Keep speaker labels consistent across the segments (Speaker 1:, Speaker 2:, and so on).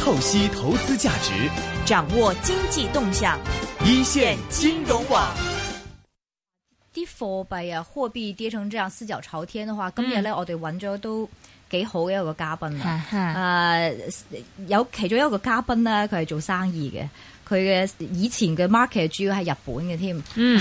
Speaker 1: 透析投资价值，
Speaker 2: 掌握经濟動向，
Speaker 1: 一線金融網。
Speaker 3: 啲貨幣啊，貨幣跌成這樣四腳朝天嘅話，今日咧我哋揾咗都幾好嘅一個嘉賓啊！誒、有其中一個嘉賓咧，佢係做生意嘅。佢嘅以前嘅 market 主要係日本嘅添，
Speaker 4: 嗯，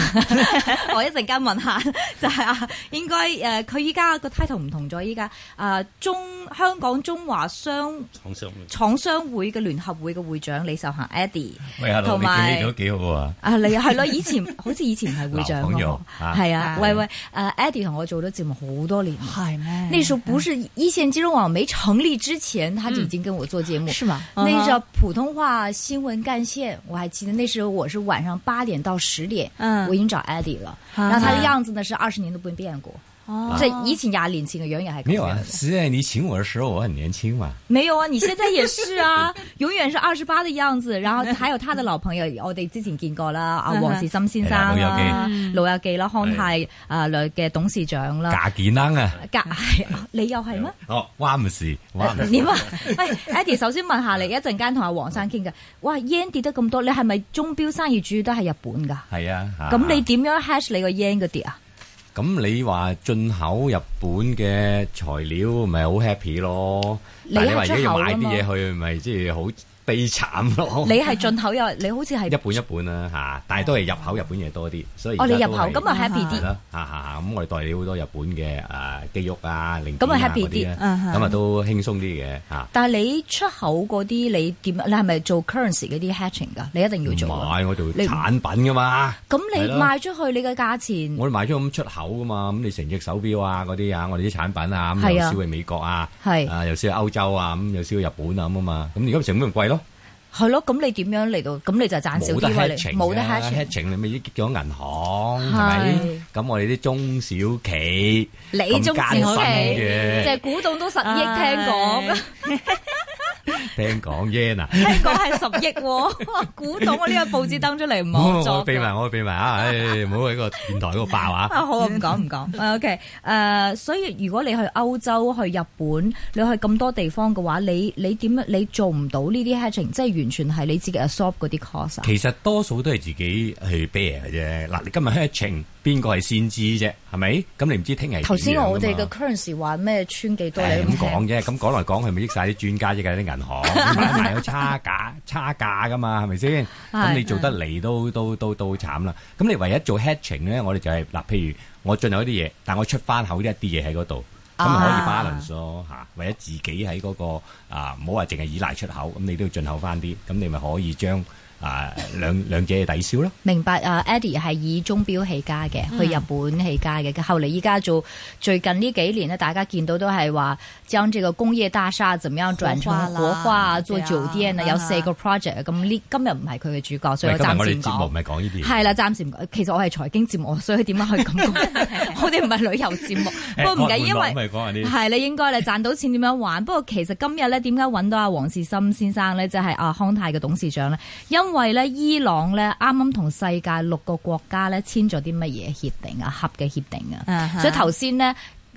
Speaker 3: 我一陣間問下，就係、啊，應該誒佢依家個 title 唔同咗，依家誒中香港中華商
Speaker 5: 廠商會
Speaker 3: 廠商會嘅聯合會嘅會長李壽恒 Eddie，
Speaker 6: 喂，hello，
Speaker 3: 同
Speaker 6: 你記
Speaker 3: 埋
Speaker 6: 起都幾好喎。
Speaker 3: 啊，你係咯，以前 好似以前唔係會
Speaker 6: 男
Speaker 3: 長
Speaker 6: 朋
Speaker 3: 嘅
Speaker 6: 友
Speaker 3: 喎，
Speaker 6: 啊
Speaker 3: 係啊，
Speaker 6: 係
Speaker 3: 喂喂，誒 Eddie 同我做咗節目好多年，
Speaker 4: 係咩？
Speaker 3: 那時候不是一線金融網沒成立之前，他就已經跟我做節目，
Speaker 4: 嗯是嗎？嗯
Speaker 3: 那叫普通话新闻干线，我还记得那时候我是晚上八点到十点，
Speaker 4: 嗯
Speaker 3: 我已经找 Eddie 了。
Speaker 4: 啊
Speaker 3: 然后他的样子呢是二十年都不變过，
Speaker 4: 哦
Speaker 3: 所以以前廿年前嘅樣也还可
Speaker 6: 沒
Speaker 3: 以
Speaker 6: 有啊，是在你请我的時候我很年輕嘛。
Speaker 3: 没有啊，你現在也是啊， 永遠是二十八的樣子。然後還有他的老朋友，我哋之前見過啦，阿黃士森先
Speaker 6: 係
Speaker 3: 生
Speaker 6: 啊
Speaker 3: 啦
Speaker 6: 老友，哎
Speaker 3: 老友記啦，康泰啊嘅董事長啦，
Speaker 6: 假健能啊！
Speaker 3: 隔係你又係咩？
Speaker 6: 哦，哇唔是， 哇 唔是
Speaker 3: 點啊？喂，Eddie，首先問下你，一陣間同阿黃生傾嘅，哇，yen 跌得咁多，你係咪鐘錶生意主要都係日本㗎？
Speaker 6: 係啊。嚇
Speaker 3: 咁你點樣 hash 你個 yen 嗰啲啊？
Speaker 6: 咁你話進口日本嘅材料咪好 happy 咯？
Speaker 3: 你
Speaker 6: 但係你話
Speaker 3: 係
Speaker 6: 而家要買
Speaker 3: 出口啊
Speaker 6: 啲嘢去，咪即係好悲慘咯。
Speaker 3: 你係進口又，你好 似
Speaker 6: 一
Speaker 3: 係
Speaker 6: 本一本啦嚇，但係都係入口日本嘢多啲，所以
Speaker 3: 哦，
Speaker 6: 而
Speaker 3: 你
Speaker 6: 家
Speaker 3: 入
Speaker 6: 都
Speaker 3: 口
Speaker 6: 係
Speaker 3: 咁啊 happy
Speaker 6: 係
Speaker 3: 啲。
Speaker 6: 啦，嚇嚇嚇！咁我哋代理好多日本嘅誒肌肉啊、零
Speaker 3: 咁啊
Speaker 6: 件啊
Speaker 3: happy
Speaker 6: 嗰啲
Speaker 3: 啲
Speaker 6: 啊
Speaker 4: 嗯哼
Speaker 6: 咁啊都輕鬆啲嘅嚇。
Speaker 3: 但係你出口嗰啲，你點？你係咪做 currency 嗰啲 hatching 㗎？你一定要做
Speaker 6: 唔
Speaker 3: 㗎。
Speaker 6: 係我做
Speaker 3: 你唔
Speaker 6: 產品噶嘛，
Speaker 3: 咁你
Speaker 6: 係咯
Speaker 3: 賣出去，你嘅價錢
Speaker 6: 我哋賣咗咁出口噶嘛，咁你成隻手錶啊嗰啲啊，我哋啲產品啊，咁
Speaker 3: 係
Speaker 6: 又
Speaker 3: 啊
Speaker 6: 銷去美國啊，
Speaker 3: 係
Speaker 6: 啊又銷去歐洲啊，咁又銷去日本啊咁啊嘛，咁而家成本咪貴咯，
Speaker 3: 係咯？咁你點樣嚟到？咁你就賺少
Speaker 6: 冇得
Speaker 3: 啲喎，
Speaker 6: hatching，
Speaker 3: 你冇得
Speaker 6: h a t
Speaker 3: hatching。
Speaker 6: 你咪益咗銀行係咪
Speaker 3: 係？
Speaker 6: 咁我哋啲中小企，
Speaker 3: 你中小企，
Speaker 6: 咁艱辛
Speaker 3: 即
Speaker 6: 嘅
Speaker 3: 係古董都十億，聽
Speaker 6: 哎
Speaker 3: 講。
Speaker 6: 聽講 yen 啊。
Speaker 3: 聽講係十億喎， 哇古董啊呢個報紙登出嚟唔 好
Speaker 6: 我
Speaker 3: 作
Speaker 6: 秘密，
Speaker 3: 㗎。
Speaker 6: 我秘密啊！唉，唔好喺個電台嗰度爆啊！
Speaker 3: 啊好啊，唔講唔講。OK，誒、所以如果你去歐洲、去日本，你去咁多地方嘅話，你你點樣？你做唔到呢啲 hatching，即係完全係你自己 absorb 嗰啲 cost 啊？
Speaker 6: 其實多數都係自己去 bear 嘅啫。嗱，你今日 hatching 邊個係先知啫？係咪？咁你唔知聽日係點樣㗎嘛
Speaker 3: 頭先我
Speaker 6: 啊
Speaker 3: 哋嘅 currency 話咩穿幾多
Speaker 6: 係
Speaker 3: 你
Speaker 6: 咁
Speaker 3: 講
Speaker 6: 講啫，咁講嚟講去咪益晒啲專家，益晒啲銀行，買賣有差價差價噶嘛，係咪先？咁你做得嚟都都都都慘啦。咁你唯一做 hatching 咧，我哋就係、嗱，譬如我進口一啲嘢，但我出翻口一啲嘢喺嗰度，咁咪可以 balance 咯嚇。或者自己喺嗰、個啊，唔好話淨係依賴出口，咁你都要進口翻啲，咁你咪可以將啊兩兩者嘅抵消咯。
Speaker 3: 明白啊，Eddie 係以鐘錶起家嘅，
Speaker 6: 嗯
Speaker 3: 去日本起家嘅。後嚟依家做最近呢幾年呢，大家見到都係話將這個工業大廈怎麼樣轉成
Speaker 4: 活
Speaker 3: 活
Speaker 4: 化
Speaker 3: 化
Speaker 4: 啦
Speaker 3: 啊，做
Speaker 4: 對啊
Speaker 3: 酒店啊，有
Speaker 4: 啊
Speaker 3: 四個 project 咁呢。今日唔係佢嘅主角，所以
Speaker 6: 喂
Speaker 3: 我
Speaker 6: 今日我
Speaker 3: 暫時
Speaker 6: 哋
Speaker 3: 唔
Speaker 6: 節目唔
Speaker 3: 講。
Speaker 6: 係講呢啲嘢。
Speaker 3: 係啦，暫時唔講。其實我係財經節目， 所以點解去咁講？我哋唔係旅遊節目，不過唔緊要，因為
Speaker 6: 咪講下啲。
Speaker 3: 係你應該你賺到錢點樣玩？不過其實今日咧點解揾到阿黃士森先生咧，即係阿康泰嘅董事長咧？因為咧伊朗咧啱啱同世界六個國家咧簽咗啲乜嘢協定啊，合嘅協定啊，
Speaker 4: 啊哈
Speaker 3: 所以頭先呢。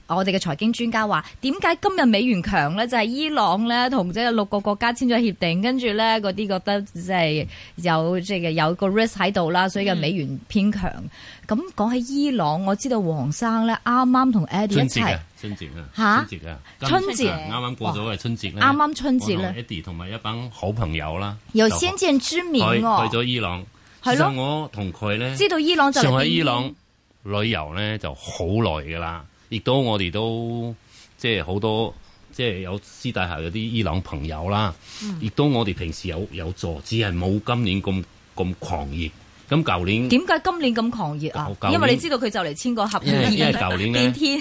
Speaker 3: 我哋嘅財經專家話：點解今日美元強呢？就係、伊朗呢，同即係六個國家簽咗協定，跟住呢嗰啲覺得即係有即係有個 risk 喺度啦，所以嘅美元偏強。咁講起伊朗，我知道黃生呢啱啱同 Eddie 一
Speaker 5: 春節
Speaker 3: 齊
Speaker 5: 啊，。春節啊，
Speaker 3: 吓
Speaker 5: 春節啊，
Speaker 3: 春節
Speaker 5: 今啊啱啱過咗嘅春節咧，
Speaker 3: 啱啱春節
Speaker 5: 我
Speaker 3: 咧
Speaker 5: 同 Eddie 同埋一班好朋友啦，
Speaker 3: 有
Speaker 5: 就
Speaker 3: 先見之
Speaker 5: 去
Speaker 3: 明哦，
Speaker 5: 去咗伊朗，
Speaker 3: 係咯
Speaker 5: 其實我同佢咧，
Speaker 3: 知道伊朗就嚟
Speaker 5: 上喺
Speaker 3: 邊
Speaker 5: 伊朗旅遊咧就好耐噶啦，亦都我哋都即係好多即係有私底下有啲伊朗朋友啦，
Speaker 3: 嗯
Speaker 5: 亦、都我哋平時有有做，只係冇今年咁咁狂熱。咁舊年
Speaker 3: 點解今年咁狂熱啊
Speaker 5: 舊？舊
Speaker 3: 因為
Speaker 5: 年
Speaker 3: 你知道佢就嚟簽個合
Speaker 5: 因為
Speaker 3: 同，
Speaker 5: 因為舊年呢
Speaker 3: 變天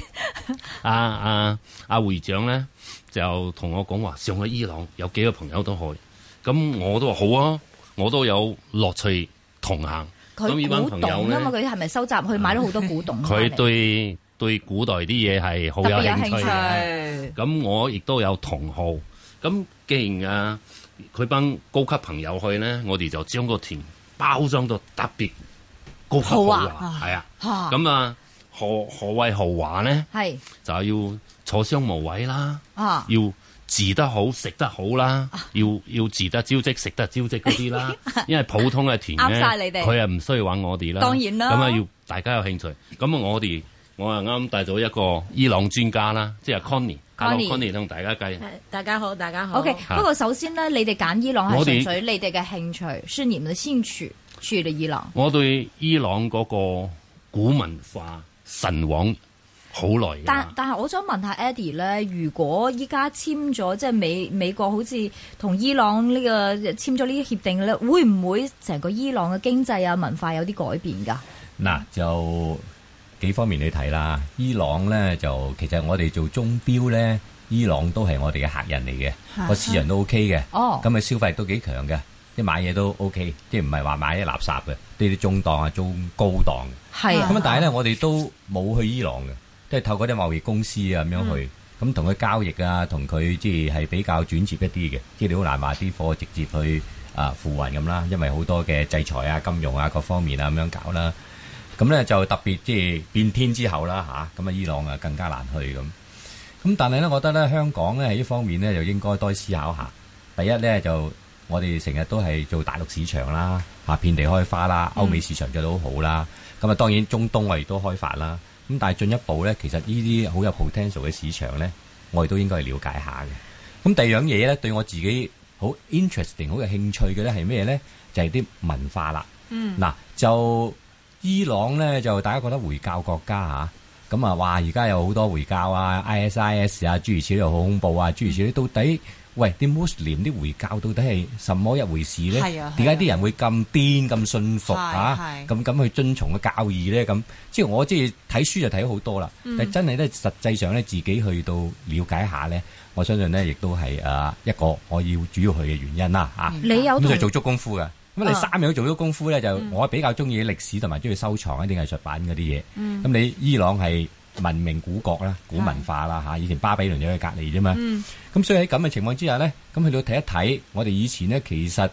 Speaker 5: 阿阿啊阿會長咧就同我講話，上去伊朗有幾個朋友都去，咁我都話好啊，我都有樂趣同行。咁呢
Speaker 3: 佢
Speaker 5: 班
Speaker 3: 古
Speaker 5: 朋友
Speaker 3: 董啊嘛，
Speaker 5: 咧，
Speaker 3: 佢係咪收集去買咗好多古董翻嚟？
Speaker 5: 佢對對古代啲嘢係好
Speaker 3: 特
Speaker 5: 有
Speaker 3: 別有
Speaker 5: 興趣嘅。
Speaker 3: 興趣，
Speaker 5: 咁我亦都有同好。咁既然啊，佢班高級朋友去咧，我哋就將個團包裝到特別高級豪
Speaker 3: 豪華
Speaker 5: 華，係啊。
Speaker 3: 嚇
Speaker 5: 咁啊，何何謂豪華咧？
Speaker 3: 係
Speaker 5: 就係要坐商務位啦。
Speaker 3: 啊
Speaker 5: 要治得好、食得好啦，要要治得招積、食得招積嗰 啲啦。因為普通嘅田
Speaker 3: 啱
Speaker 5: 咧
Speaker 3: 晒你，哋
Speaker 5: 佢係唔需要揾我哋啦。
Speaker 3: 當然啦
Speaker 5: 咁啊要大家有興趣。咁啊我哋我啊啱帶咗一個伊朗專家啦，即係 Connie。
Speaker 3: Connie
Speaker 5: Connie 同大家計。
Speaker 3: 哎
Speaker 4: 大家好，大家好。
Speaker 3: O K，
Speaker 5: 嚇
Speaker 3: 不過首先呢，你哋揀伊朗係
Speaker 5: 我
Speaker 3: 純
Speaker 5: 哋
Speaker 3: 粹你哋嘅興趣，是你們嘅興趣去了伊朗。
Speaker 5: 我對伊朗嗰個古文化神往好耐㗎
Speaker 3: 但
Speaker 5: 啦。
Speaker 3: 但係我想問下 Eddie 咧，如果依家簽咗即係美美國好似同伊朗呢、個簽咗呢啲協定咧，會唔會成個伊朗嘅經濟啊文化有啲改變㗎？
Speaker 6: 嗱就幾方面你睇啦。伊朗咧就其實我哋做鐘錶咧，伊朗都係我哋嘅客人嚟嘅，個市場都 OK 嘅，
Speaker 3: 哦
Speaker 6: 咁嘅消費都幾強嘅，即係買嘢都 OK，即係唔係話買啲垃圾嘅，呢啲中檔啊、中高檔嘅。
Speaker 3: 係
Speaker 6: 咁啊
Speaker 3: 啊，，
Speaker 6: 但係咧，我哋都冇去伊朗嘅，即係透過啲貿易公司啊咁樣去，咁同佢交易啊，同佢即係係比較轉接一啲嘅，即係你好難話啲貨直接去啊付運咁啦，因為好多嘅制裁啊、金融啊各方面啊咁樣搞啦。咁咧就特別即係變天之後啦吓，咁啊伊朗啊更加難去咁。咁但係咧，我覺得咧香港咧喺呢方面咧就應該多思考下。第一咧就我哋成日都係做大陸市場啦，嚇遍地開花啦，歐美市場做得好好啦。咁啊、當然中東我哋都開發啦。咁但係進一步咧，其實呢啲好有 potential 嘅市場咧，我哋都應該去了解下嘅。咁第二樣嘢咧，對我自己好 interesting、好有興趣嘅咧係咩咧？就係、啲文化啦。嗯，嗱就伊朗咧就大家覺得回教國家嚇。咁啊，哇！而家有好多回教啊、ISIS 啊，諸如此類好恐怖啊，諸如此
Speaker 4: 嗯
Speaker 6: 類。到底喂啲 Muslim 啲回教到底係什麼一回事咧？
Speaker 4: 係啊係啊
Speaker 6: 點解啲人會咁癲、咁信服
Speaker 4: 係
Speaker 6: 啊？
Speaker 4: 係
Speaker 6: 咁咁去遵從嘅教義咧？咁即係我即係睇書就睇好多啦，
Speaker 4: 嗯
Speaker 6: 但真係咧實際上咧自己去到了解下咧，我相信咧亦都係誒一個我要主要去嘅原因啦啊！
Speaker 3: 你有
Speaker 6: 咁就
Speaker 3: 同
Speaker 6: 做足功夫嘅。咁你
Speaker 3: 啊嗯
Speaker 6: 三樣都做足功夫咧，就我比較中意歷史同埋中意收藏一啲藝術品嗰啲嘢。
Speaker 3: 嗯
Speaker 6: 咁你伊朗係文明古國
Speaker 3: 啊
Speaker 6: 啦，古文化啦嚇，以前巴比倫就喺隔離啫嘛。
Speaker 3: 嗯
Speaker 6: 咁所以喺咁嘅情況之下咧，咁去到睇一睇，我哋以前咧其實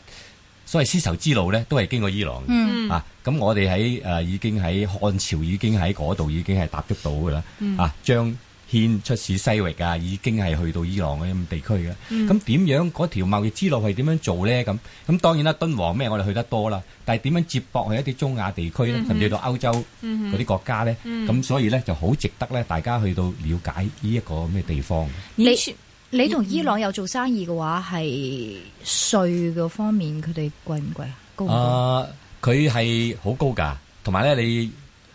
Speaker 6: 所謂絲綢之路咧，都係經過伊朗嘅。
Speaker 3: 嗯
Speaker 7: 嗯
Speaker 4: 嗯
Speaker 6: 啊，咁我哋喺誒已經喺漢朝已經喺嗰度已經係踏足到㗎啦，啊，張騫出使西域啊，已經係去到伊朗嗰啲咁地區嘅。咁點、樣嗰條貿易之路係點樣做咧？咁咁當然啦，敦煌咩我哋去得多啦，但係點樣接駁去一啲中亞地區咧，甚至到歐洲
Speaker 4: 嗯
Speaker 6: 嗰啲國家咧？咁、所以咧就好值得咧，大家去到了解呢一個咩地方。
Speaker 3: 你你同伊朗有做生意嘅話，係税嘅方面佢哋貴唔貴啊？高唔高？
Speaker 6: 啊，佢係好高㗎，同埋咧你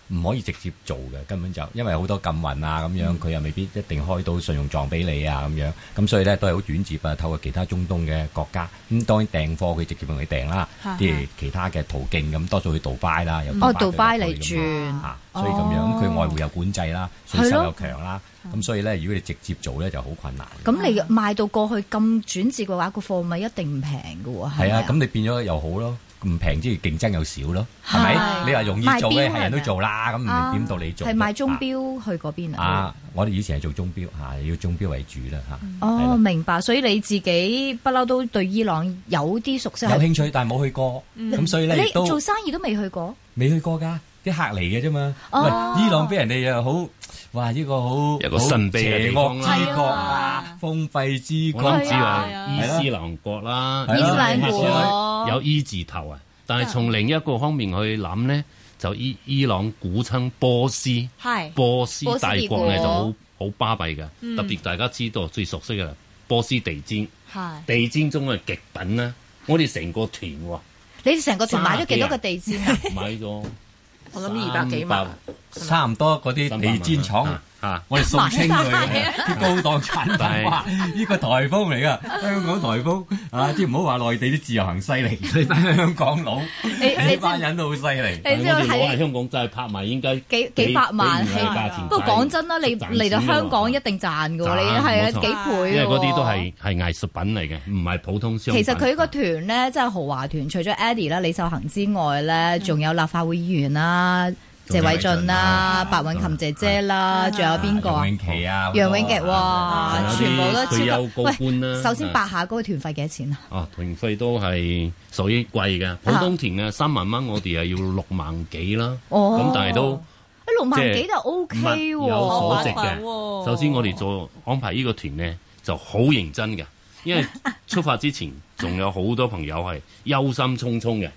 Speaker 6: 唔可以直接做嘅，根本就因為好多禁運啊咁
Speaker 3: 嗯
Speaker 6: 樣，佢又未必一定開到信用狀俾你啊咁樣，咁所以咧都係好轉接啊，透過其他中東嘅國家，咁當然訂貨佢直接同你訂啦，即係其他嘅途徑咁，多數去杜拜啦，有
Speaker 3: 哦，杜拜嚟
Speaker 6: 住
Speaker 3: 轉。
Speaker 6: 啊，所以咁樣
Speaker 3: 哦
Speaker 6: 佢外匯有管制啦，稅
Speaker 3: 係
Speaker 6: 收
Speaker 3: 咯
Speaker 6: 又強啦，咁所以咧如果你直接做咧就好困難嘅。
Speaker 3: 咁你賣到過去咁轉折嘅話，個貨咪一定唔平嘅喎，係咪
Speaker 6: 係啊，咁你變咗又好咯，唔平之餘競爭又少咯，係咪？
Speaker 3: 係
Speaker 6: 你話容易
Speaker 3: 賣
Speaker 6: 做
Speaker 3: 錶
Speaker 6: 嘅
Speaker 3: 係
Speaker 6: 係人都
Speaker 3: 咪
Speaker 6: 做啦，咁唔明點到你做？
Speaker 3: 係賣鐘錶去嗰邊
Speaker 6: 啊！
Speaker 3: 啊？
Speaker 6: 啊我哋以前係做鐘錶嚇，要鐘錶為主啦嚇。係
Speaker 3: 哦，
Speaker 6: 啦
Speaker 3: 明白。所以你自己不嬲都對伊朗有啲熟悉，
Speaker 6: 有興趣但係冇去過，咁所以咧亦
Speaker 3: 你做
Speaker 6: 都
Speaker 3: 生意都未去過，
Speaker 6: 未去過㗎，啲客嚟嘅啫嘛。
Speaker 3: 哦
Speaker 6: 喂，伊朗俾人哋又好，哇！呢個好
Speaker 5: 一個神秘嘅
Speaker 6: 邪
Speaker 5: 地方
Speaker 6: 惡
Speaker 5: 啦
Speaker 6: 之國啊，封閉之
Speaker 5: 我
Speaker 6: 國
Speaker 5: 諗
Speaker 6: 啊
Speaker 5: 只話伊斯蘭國啦，
Speaker 6: 係啊伊斯
Speaker 3: 蘭國哦
Speaker 5: 有伊字頭啊。但係從另一個方面去諗咧，就伊伊朗古稱波斯，
Speaker 4: 係
Speaker 5: 波斯
Speaker 3: 波斯
Speaker 5: 大
Speaker 3: 帝國嗯
Speaker 5: 國咧就好好巴閉嘅，特別大家知道最熟悉嘅啦，波斯地氈，
Speaker 4: 係
Speaker 5: 地氈中嘅極品啦。我哋成個 團喎
Speaker 3: 你哋成個團買咗幾多個
Speaker 5: 卅
Speaker 3: 地氈啊？
Speaker 5: 買咗
Speaker 4: 我諗二百幾萬，
Speaker 6: 差唔多嗰啲
Speaker 5: 三百
Speaker 6: 地
Speaker 5: 萬
Speaker 6: 氈廠
Speaker 5: 啊。啊
Speaker 6: 我哋掃清 佢嘅啲高檔產品，哇！呢個颱風嚟噶，香港颱風啊！即係唔好話內地啲自由行犀 利，你睇香港佬呢班人都好犀利。
Speaker 3: 你知
Speaker 5: 我
Speaker 3: 道
Speaker 5: 哋攞喺
Speaker 3: 係
Speaker 5: 香港真係拍埋應該
Speaker 3: 幾幾百萬
Speaker 5: 幾五嘅價錢
Speaker 3: 係。不過講真啦，你
Speaker 5: 賺錢㗎嘛
Speaker 3: 嚟到香港一定賺嘅喎，
Speaker 5: 賺
Speaker 3: 你係啊
Speaker 5: 冇錯
Speaker 3: 幾倍
Speaker 5: 因為
Speaker 3: 嘅喎
Speaker 5: 嗰啲都係係藝術品嚟嘅，唔係普通商
Speaker 3: 其
Speaker 5: 品。
Speaker 3: 實佢個團咧，即係豪華團，除咗 Eddie 啦、李秀恒之外咧，仲有立法會議員啦、謝
Speaker 5: 仲有
Speaker 3: 偉
Speaker 5: 偉俊
Speaker 3: 俊啦、
Speaker 5: 啦
Speaker 3: 白韻琴姐姐啦，仲有邊個啊
Speaker 6: 楊？永琪啊，
Speaker 3: 楊永傑哇
Speaker 5: 仲有，啲
Speaker 3: 啊全部都超
Speaker 5: 退休
Speaker 3: 級。
Speaker 5: 高官啦啊
Speaker 3: 首先白下嗰個團費幾多錢啊？
Speaker 5: 哦，團費都係屬於貴
Speaker 3: 啊
Speaker 5: 嘅，普通團嘅三萬蚊，我哋係要六萬幾啦。
Speaker 3: 哦
Speaker 5: 咁但係都
Speaker 3: 誒六萬
Speaker 5: 即
Speaker 3: 幾
Speaker 5: 係
Speaker 3: 就 O
Speaker 5: 物
Speaker 3: K
Speaker 5: 啊有所值
Speaker 3: 喎，
Speaker 4: 八百
Speaker 5: 嘅。
Speaker 4: 喎
Speaker 5: 首先我哋做安排呢個團呢，就好認真嘅，因為出發之前仲有好多朋友係憂心忡忡嘅，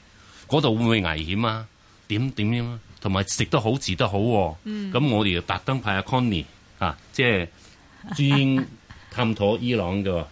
Speaker 5: 嗰度會唔會危險啊？點 點點啊？同埋食得好，住得好喎、
Speaker 3: 嗯
Speaker 5: 咁、我哋就特登派阿 Connie 啊，即係專探討伊朗嘅，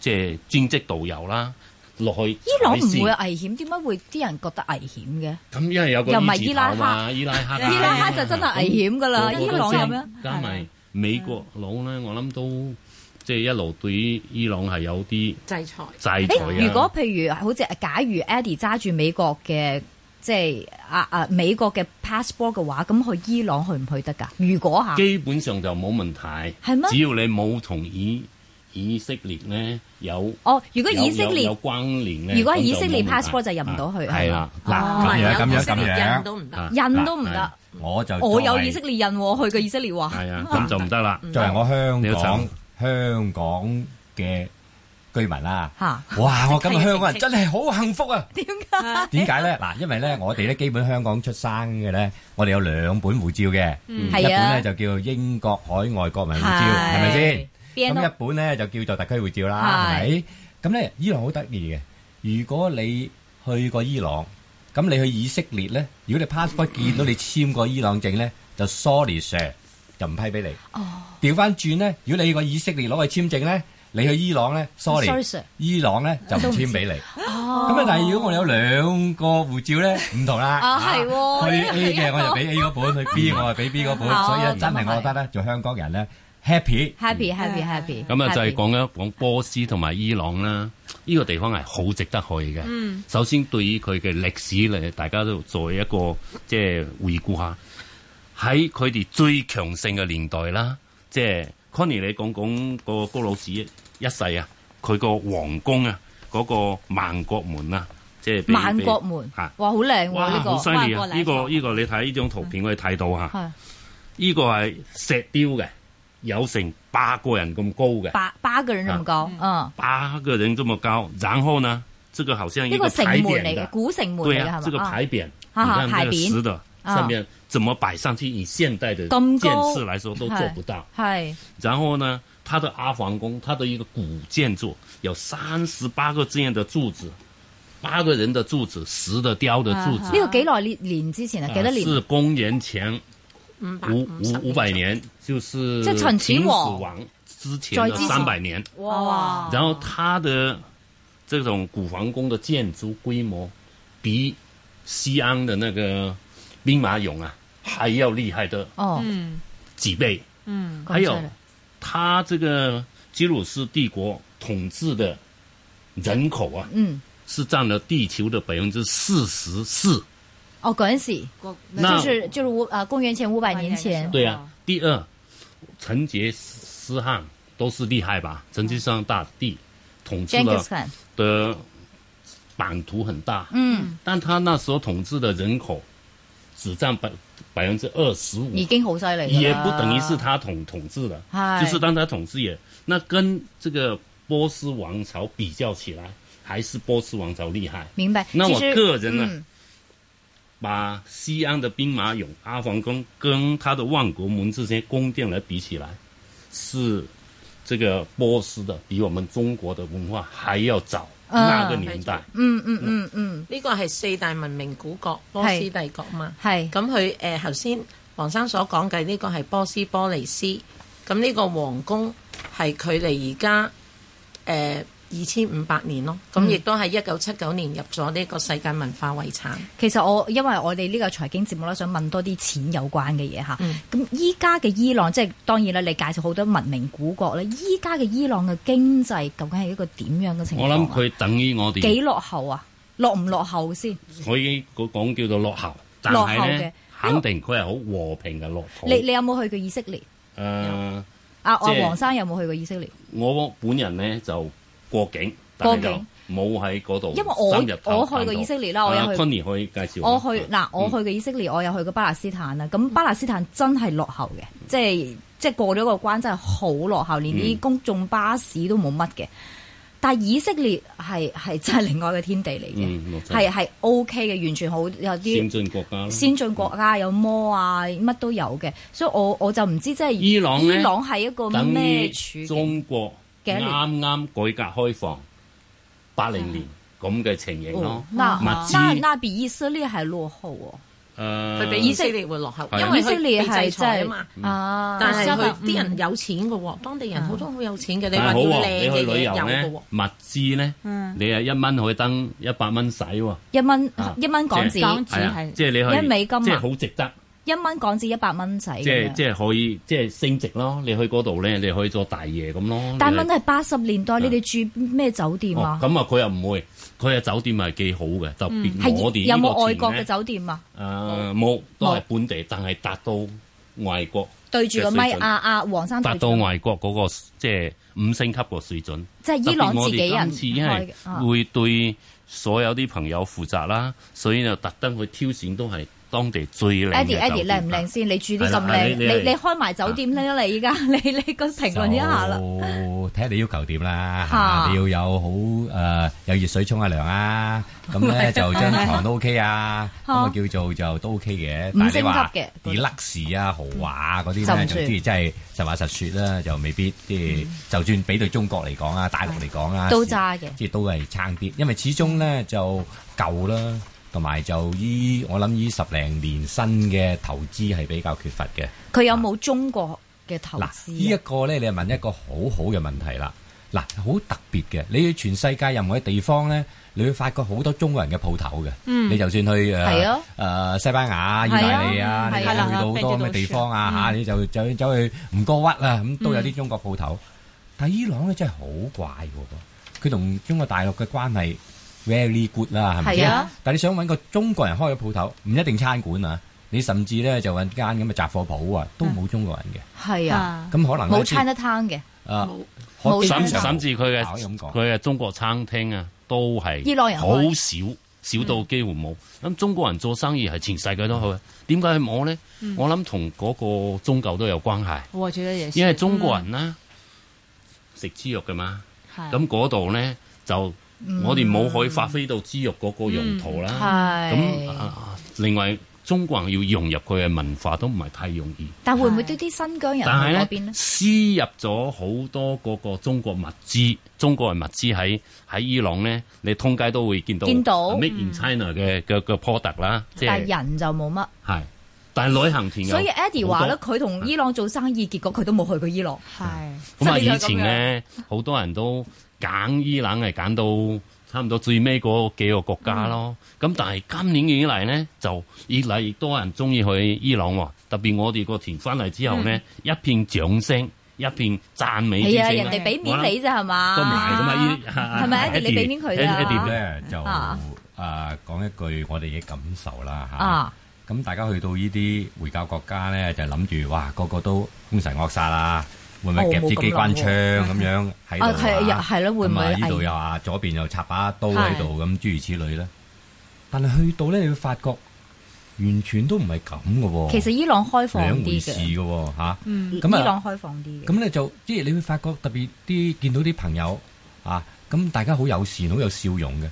Speaker 5: 即係專職導遊啦，落去伊
Speaker 3: 嗯伊朗唔會啊危險，點解會啲人覺得危險嘅？
Speaker 5: 咁因為有個
Speaker 3: 又唔係
Speaker 5: 伊
Speaker 3: 伊
Speaker 5: 字
Speaker 3: 拉
Speaker 5: 頭
Speaker 3: 克
Speaker 5: 嘛，伊拉克啊、
Speaker 3: 伊拉克就真係危險㗎啦，
Speaker 5: 個個
Speaker 3: 伊
Speaker 5: 都
Speaker 3: 朗有咩？
Speaker 5: 加
Speaker 3: 啊
Speaker 5: 埋美國佬咧，我諗都即係一路對於伊朗係有啲
Speaker 4: 制裁。
Speaker 5: 制裁
Speaker 3: 誒，如果
Speaker 5: 啊。
Speaker 3: 譬如好似假如 Eddie 揸住美國嘅即係啊啊美國嘅 passport 嘅話，咁去伊朗去唔去得㗎？如果嚇
Speaker 5: 基本上就冇問題，
Speaker 3: 係咩
Speaker 5: 只要你冇同以以色列咧有
Speaker 3: 哦，如果
Speaker 5: 有
Speaker 3: 以色
Speaker 5: 有有
Speaker 3: 列
Speaker 5: 關聯咧，
Speaker 3: 如果係
Speaker 5: 咁就
Speaker 3: 以色列
Speaker 5: 冇問題
Speaker 3: passport 就入唔到去哦
Speaker 5: 啊係啦，
Speaker 6: 嗱
Speaker 4: 唔
Speaker 6: 咁
Speaker 4: 係
Speaker 6: 樣咁
Speaker 4: 哦有
Speaker 6: 樣
Speaker 4: 以色列
Speaker 6: 咁樣
Speaker 4: 印都唔得，
Speaker 5: 啊
Speaker 3: 印都唔得，
Speaker 6: 我就
Speaker 3: 我
Speaker 6: 作
Speaker 3: 有
Speaker 6: 為
Speaker 3: 以色列印喎，去過以色列話。
Speaker 5: 係啊，咁就唔得啦。
Speaker 6: 作為我香
Speaker 5: 你要
Speaker 6: 港
Speaker 5: 走
Speaker 6: 香港嘅居民 啦、
Speaker 3: 嚇
Speaker 6: 哇！我今
Speaker 3: 即
Speaker 6: 日
Speaker 3: 刻要
Speaker 6: 香港人
Speaker 3: 澄清
Speaker 6: 真係好幸福啊！
Speaker 3: 點解？
Speaker 6: 點解咧？嗱，因為咧，我哋咧基本香港出生嘅咧，我哋有兩本護照嘅，
Speaker 4: 嗯
Speaker 6: 一本
Speaker 3: 係啊
Speaker 6: 咧就叫英國海外國民護照，
Speaker 3: 係
Speaker 6: 係咪先？
Speaker 3: 邊啊
Speaker 6: 咁一本咧就叫做特區護照啦，係
Speaker 3: 係
Speaker 6: 咪？咁咧伊朗好得意嘅，如果你去過伊朗，咁你去以色列咧，如果你 passport 見到你簽過伊朗證咧，就 sorry sir 就唔批俾你。
Speaker 3: 哦，
Speaker 6: 調翻轉咧，如果你去過以色列攞去簽證咧，你去伊朗咧，sorry，
Speaker 3: Sorry, sir
Speaker 6: 伊朗咧就唔簽俾你。
Speaker 3: 哦
Speaker 6: 咁啊，但係如果我有兩個護照咧，唔同啦。
Speaker 3: 啊係喎，
Speaker 6: 去 A 嘅我就
Speaker 3: 啊
Speaker 6: 俾 A 嗰本，去 B 我就俾 B 嗰本，
Speaker 3: 哦
Speaker 6: 所以咧真係
Speaker 3: 咁啊係
Speaker 6: 我覺得咧，做香港人咧 happy。
Speaker 3: happy happy happy，
Speaker 5: 嗯咁啊，就係
Speaker 3: happy
Speaker 5: 講一講波斯同埋伊朗啦。呢、個地方係好值得去嘅。
Speaker 3: 嗯
Speaker 5: 首先對於佢嘅歷史嚟，大家都作為一個即係回顧下，喺佢哋最強盛嘅年代啦。即係 Connie，你講講個高老子一世啊，佢個皇宮啊，嗰、個萬國門啊，即係俾
Speaker 3: 萬國門
Speaker 5: 嚇，
Speaker 3: 哇，好靚
Speaker 5: 哇，
Speaker 3: 喎呢
Speaker 5: 好犀
Speaker 3: 個，嗯
Speaker 5: 利
Speaker 2: 萬
Speaker 5: 啊！
Speaker 2: 國
Speaker 5: 呢、
Speaker 2: 禮
Speaker 5: 個
Speaker 2: 堂
Speaker 5: 呢、個你睇呢張圖片，我哋睇到嚇，
Speaker 3: 係
Speaker 5: 呢、個係石雕嘅，有成八個人咁高嘅。
Speaker 3: 八八個人咁高，嗯，
Speaker 5: 八个人这么高，然后呢，这个好像一
Speaker 3: 呢個城
Speaker 5: 牌
Speaker 3: 門
Speaker 5: 匾
Speaker 3: 嚟
Speaker 5: 的
Speaker 3: 嘅，，古城門
Speaker 5: 对
Speaker 3: 嚟嘅
Speaker 5: 啊，这
Speaker 3: 係
Speaker 5: 个
Speaker 3: 嘛？啊
Speaker 5: 牌匾，
Speaker 3: 啊哈
Speaker 5: 你看
Speaker 3: 牌
Speaker 5: 那个
Speaker 3: 匾
Speaker 5: 石的
Speaker 3: 啊
Speaker 5: 上面怎么摆上去，以现代的
Speaker 3: 咁
Speaker 5: 建
Speaker 3: 高
Speaker 5: 设来说都做不到。
Speaker 3: 係
Speaker 5: 然后呢，它的阿房宫，它的一个古建筑，有三十八个这样的柱子，八个人的柱子，石的雕的柱子
Speaker 3: 呢，個幾耐年年之前啊？幾多
Speaker 5: 呃是
Speaker 3: 啊年？
Speaker 5: 公元前
Speaker 4: 五百
Speaker 5: 五
Speaker 4: 十
Speaker 5: 五五百年，就是
Speaker 3: 这秦始
Speaker 5: 秦始
Speaker 3: 皇
Speaker 5: 皇之前
Speaker 3: 再
Speaker 5: 的
Speaker 3: 之前
Speaker 5: 三百年。
Speaker 3: 哇！
Speaker 5: 然后它的这种古皇宫的建筑规模，比西安的那个兵马俑啊还要厉害的
Speaker 6: 嗯
Speaker 4: 嗯
Speaker 3: 哦，
Speaker 5: 几倍。
Speaker 3: 咁
Speaker 5: 还有
Speaker 3: 犀利，
Speaker 5: 它这个基鲁士帝国统治的人口啊，
Speaker 3: 嗯，
Speaker 5: 是占了地球的百分之四十四。
Speaker 3: 哦嗰陣時
Speaker 4: 個
Speaker 5: 那
Speaker 3: 就是哦就是五啊公元前五百年前，
Speaker 5: 对啊，第二，成吉思汗都是厉害吧？成吉思汗大帝统治
Speaker 3: Genghis
Speaker 5: 了
Speaker 3: Khan，
Speaker 5: 的版图很大，
Speaker 3: 嗯，
Speaker 5: 但他那时候统治的人口只占百百分之二十五，
Speaker 3: 已經好犀利㗎啦，
Speaker 5: 嗯也不等于是他统统治的，
Speaker 3: 嗨
Speaker 5: 就是当他统治也那跟这个波斯王朝比较起来，还是波斯王朝厉害。
Speaker 3: 明白。
Speaker 5: 那我
Speaker 3: 其實
Speaker 5: 個人啊呢
Speaker 3: 嗯
Speaker 5: 把西安的兵马俑、阿房宫跟他的万国门这些宫殿来比起来，是这个波斯的比我们中国的文化还要早、
Speaker 3: 嗯
Speaker 5: 那个年代。
Speaker 3: 嗯嗯嗯嗯，
Speaker 4: 呢個係四大文明古國波斯帝國嘛。
Speaker 3: 係
Speaker 4: 咁佢誒頭先黃生所講嘅呢個係波斯波利斯，咁呢個皇宮係距離而家誒二千五百年咯，
Speaker 5: 嗯
Speaker 4: 咁亦都係一九七九年入咗呢個世界文化遺產。
Speaker 3: 其實我因為我哋呢個財經節目咧，想問多啲錢有關嘅嘢嚇。
Speaker 5: 嗯
Speaker 3: 咁依家嘅伊朗，即係當然啦，你介紹好多文明古國咧。依家嘅伊朗嘅經濟究竟係一個點樣嘅情況
Speaker 5: 我
Speaker 3: 啊？
Speaker 5: 諗佢等於我
Speaker 3: 幾
Speaker 5: 哋
Speaker 3: 落後啊？落唔落後先？
Speaker 5: 可以講叫做落後，但
Speaker 3: 落後
Speaker 5: 係咧
Speaker 3: 嘅
Speaker 5: 肯定佢係好和平嘅落後。
Speaker 3: 你你有冇去過以色列？
Speaker 5: 誒，
Speaker 3: 啊，阿
Speaker 5: 即係
Speaker 3: 黃生有冇去過以色列？
Speaker 5: 我本人咧就過境，但係
Speaker 3: 過境
Speaker 5: 就冇喺嗰度
Speaker 3: 因為我
Speaker 5: 深入探
Speaker 3: 我去過
Speaker 5: 探討
Speaker 3: 以色列啦我有
Speaker 5: 啊
Speaker 3: 去
Speaker 5: Connie 可以介紹
Speaker 3: 我
Speaker 5: 啦。
Speaker 3: 去
Speaker 5: 啊
Speaker 3: 嗱，我去嘅以色列，我有去過巴勒斯坦啦。咁巴勒斯坦真係落後嘅，即係即係過咗個關真係好落後，連啲
Speaker 5: 嗯
Speaker 3: 公眾巴士都冇乜嘅。但係以色列係係真係另外一個天地嚟嘅，
Speaker 5: 嗯，冇錯
Speaker 3: 係係 O K 嘅，完全好有啲
Speaker 5: 先進國家啦
Speaker 3: 先進國家有魔啊，乜都有嘅。所以我我就唔知即係
Speaker 5: 伊朗呢
Speaker 3: 伊朗係一個
Speaker 5: 等
Speaker 3: 咩
Speaker 5: 於
Speaker 3: 處境
Speaker 5: 中國
Speaker 3: 幾多年
Speaker 5: 啱啱改革開放八零年
Speaker 3: 啊
Speaker 5: 咁嘅情形咯。
Speaker 3: 那
Speaker 5: 物資
Speaker 3: 那那比以色列还落後哦。
Speaker 5: 誒
Speaker 4: 佢比以色列會落後，
Speaker 5: 嗯係
Speaker 4: 因為
Speaker 3: 以色
Speaker 4: 佢
Speaker 3: 列
Speaker 4: 被
Speaker 3: 係
Speaker 4: 制裁啊
Speaker 3: 真
Speaker 4: 嘛。
Speaker 3: 係啊，
Speaker 4: 但係
Speaker 3: 相
Speaker 4: 佢
Speaker 3: 反
Speaker 4: 啲人
Speaker 3: 嗯
Speaker 4: 有錢嘅喎，當地人好多好有錢嘅，你
Speaker 5: 但係
Speaker 4: 話
Speaker 5: 好
Speaker 4: 要
Speaker 5: 喎，
Speaker 4: 靚
Speaker 5: 你
Speaker 4: 嘅
Speaker 5: 去
Speaker 4: 嘢
Speaker 5: 旅遊
Speaker 4: 有嘅
Speaker 5: 咧，
Speaker 4: 喎。
Speaker 5: 物資咧，
Speaker 4: 嗯
Speaker 5: 你啊一蚊可以登一百蚊使喎，
Speaker 3: 一蚊
Speaker 5: 啊
Speaker 3: 一蚊港
Speaker 5: 即
Speaker 3: 紙
Speaker 7: 係，
Speaker 5: 係啊
Speaker 7: 係，
Speaker 5: 即係你去
Speaker 3: 一美金啊
Speaker 5: 即係好值得，
Speaker 3: 一蚊港紙一百蚊仔咁
Speaker 5: 即係
Speaker 3: 樣
Speaker 5: 即係可以即係升值咯。你去嗰度咧，你可以做大嘢咁咯。
Speaker 3: 但
Speaker 5: 你去
Speaker 3: 問題係八十年代你哋住咩酒店
Speaker 5: 啊
Speaker 3: 啊，？
Speaker 5: 哦咁啊佢又唔會，佢嘅酒店係幾好嘅，特別
Speaker 3: 係
Speaker 5: 我哋
Speaker 3: 嗯有
Speaker 5: 呢個
Speaker 3: 冇外
Speaker 5: 團
Speaker 3: 國嘅
Speaker 5: 咧
Speaker 3: 酒店啊？
Speaker 5: 誒冇，都
Speaker 3: 冇
Speaker 5: 係本地，但係達到外國，
Speaker 3: 對住個咪
Speaker 5: 嘅水準
Speaker 3: 啊啊，黃生對住
Speaker 5: 達到
Speaker 3: 個咪
Speaker 5: 外國嗰個即係五星級個水準。
Speaker 3: 即係伊朗自己人
Speaker 5: 特別我哋
Speaker 3: 開
Speaker 5: 今次
Speaker 3: 嘅啊
Speaker 5: 因為會對所有啲朋友負責啦，所以就特登去挑選都係當地最靚嘅
Speaker 3: Eddie
Speaker 5: 酒
Speaker 3: Eddie
Speaker 5: 店啊
Speaker 3: 靚唔靚？先？你住啲咁
Speaker 5: 係啦
Speaker 3: 靚，
Speaker 5: 你
Speaker 3: 你
Speaker 5: 你係啊
Speaker 3: 你開埋酒店啦，你而家你你個評論一下啦。
Speaker 6: 睇下你要求點啦，
Speaker 3: 啊
Speaker 6: 嚇你要有好誒有熱水沖下涼啊，咁 咧就張床都 OK 啊，咁啊叫做就都 OK 嘅。
Speaker 3: 五星級嘅
Speaker 6: 但係你話 deluxe 啊、豪華啊嗰
Speaker 3: 就
Speaker 6: 啲
Speaker 3: 唔
Speaker 6: 咧，
Speaker 3: 算
Speaker 6: 就即係真係實話實説啦，就未必即係就算俾對中國嚟講啊、大陸嚟講啊，
Speaker 3: 都渣嘅
Speaker 6: 即係都係差啲，因為始終咧就舊啦。同埋就依我諗依十零年新嘅投資係比較缺乏嘅，
Speaker 3: 佢有冇中國嘅投
Speaker 6: 嗱，呢
Speaker 3: 資
Speaker 6: 一
Speaker 3: 啊？
Speaker 6: 個咧，你係問一個好好嘅問題啦。嗱，好特別嘅，你去全世界任何嘅地方咧，你會發覺好多中國人嘅鋪頭嘅。你就算去
Speaker 3: 嗯係
Speaker 6: 誒
Speaker 3: 啊
Speaker 6: 誒西班牙、意大利啊，
Speaker 3: 係啊
Speaker 6: 你
Speaker 3: 係
Speaker 6: 去
Speaker 3: 啦
Speaker 6: 到好多咁嘅地方
Speaker 3: 嗯
Speaker 6: 啊嚇，你就走走去吳哥窟啊，咁都有啲中國鋪頭。
Speaker 3: 嗯
Speaker 6: 但係伊朗咧真係好怪嘅喎，佢同中國大陸嘅關係 very good 啦，係咪
Speaker 3: 係
Speaker 6: 先
Speaker 3: 啊？
Speaker 6: 但你想揾個中國人開嘅鋪頭，唔一定餐館啊，你甚至咧就揾間咁嘅雜貨鋪啊，
Speaker 3: 嗯
Speaker 6: 都冇中國人嘅。
Speaker 3: 係啊，
Speaker 6: 咁可能
Speaker 3: 冇
Speaker 6: 咧
Speaker 3: China Town 嘅，
Speaker 6: 啊，
Speaker 3: 冇
Speaker 6: 可基
Speaker 5: 甚
Speaker 6: 本上
Speaker 5: 甚至佢嘅
Speaker 6: 可以啊咁講
Speaker 5: 佢嘅中國餐廳啊，都係
Speaker 3: 伊朗人開
Speaker 5: 好少少到幾乎冇。咁、中國人做生意係全世界都好，啊
Speaker 3: 嗯
Speaker 5: 點解冇咧？我諗同嗰個宗教都有關係，
Speaker 7: 我覺得也是，
Speaker 5: 因為中國人
Speaker 3: 嗯
Speaker 5: 啦食豬肉噶嘛，
Speaker 7: 係
Speaker 5: 咁嗰度咧就
Speaker 3: 嗯
Speaker 5: 我哋冇可以發揮到豬肉嗰個用途啦。嗯咁
Speaker 3: 係。
Speaker 5: 啊，另外中國人要融入佢嘅文化都唔係太容易，
Speaker 3: 但會唔會都啲新疆人去
Speaker 5: 但係
Speaker 3: 嗰
Speaker 5: 咧
Speaker 3: 邊呢？
Speaker 5: 輸入咗好多嗰個中國物資，中國人物資喺喺伊朗咧，你通街都會見到
Speaker 3: 見到
Speaker 5: 啊 Made in China 嘅嘅嘅 product 啦，即
Speaker 3: 但係
Speaker 5: 係
Speaker 3: 人就冇乜，
Speaker 5: 係，但係旅行團有
Speaker 3: 所以 Eddie 話咧，
Speaker 5: 好多嗯
Speaker 3: 佢同伊朗做生意，結果佢都冇去過伊朗。
Speaker 7: 係
Speaker 5: 咁啊
Speaker 3: 即係
Speaker 5: 以
Speaker 3: 就係咁
Speaker 5: 前
Speaker 3: 樣
Speaker 5: 咧好多人都揀伊朗係揀到差唔多最尾嗰幾個國家
Speaker 3: 嗯
Speaker 5: 咯，咁、但係今年以嚟咧就越嚟越多人中意去伊朗喎，特別我哋個團翻嚟之後
Speaker 3: 嗯
Speaker 5: 咧，一片掌聲，一片讚美之
Speaker 3: 係啊，
Speaker 5: 聲
Speaker 3: 人
Speaker 5: 呢
Speaker 3: 哋俾面
Speaker 5: 我諗
Speaker 3: 你啫係啊嘛？
Speaker 5: 都埋噶嘛？呢
Speaker 3: 係咪 Eddie，你俾面佢啦
Speaker 5: 啊 Eddie 咧
Speaker 6: 咧就
Speaker 3: 啊
Speaker 6: 啊講一句我哋嘅感受啦嚇
Speaker 3: 啊。
Speaker 6: 咁大家去到呢啲回教國家咧，就諗住哇個個都兇神惡煞啦，會唔會
Speaker 3: 哦
Speaker 6: 夾
Speaker 3: 冇
Speaker 6: 支
Speaker 3: 咁
Speaker 6: 機關
Speaker 3: 諗喎
Speaker 6: 槍咁樣喺
Speaker 3: 啊
Speaker 6: 度
Speaker 3: 係
Speaker 6: 啊
Speaker 3: 又係咯會唔
Speaker 6: 咁啊
Speaker 3: 會
Speaker 6: 呢度
Speaker 3: 危
Speaker 6: 又話左邊又插把刀喺度咁諸如此類咧？但係去到咧，你會發覺完全都唔係咁嘅喎。
Speaker 3: 其實伊朗開放
Speaker 6: 兩回
Speaker 3: 啲
Speaker 6: 事嘅
Speaker 3: 嘅，
Speaker 6: 喎嚇。
Speaker 3: 嗯
Speaker 4: 嗯
Speaker 3: 伊
Speaker 6: 咁啊
Speaker 3: 朗開放啲嘅。
Speaker 6: 咁咧就即係你會發覺特別啲見到啲朋友啊，咁大家好友善，好有笑容嘅。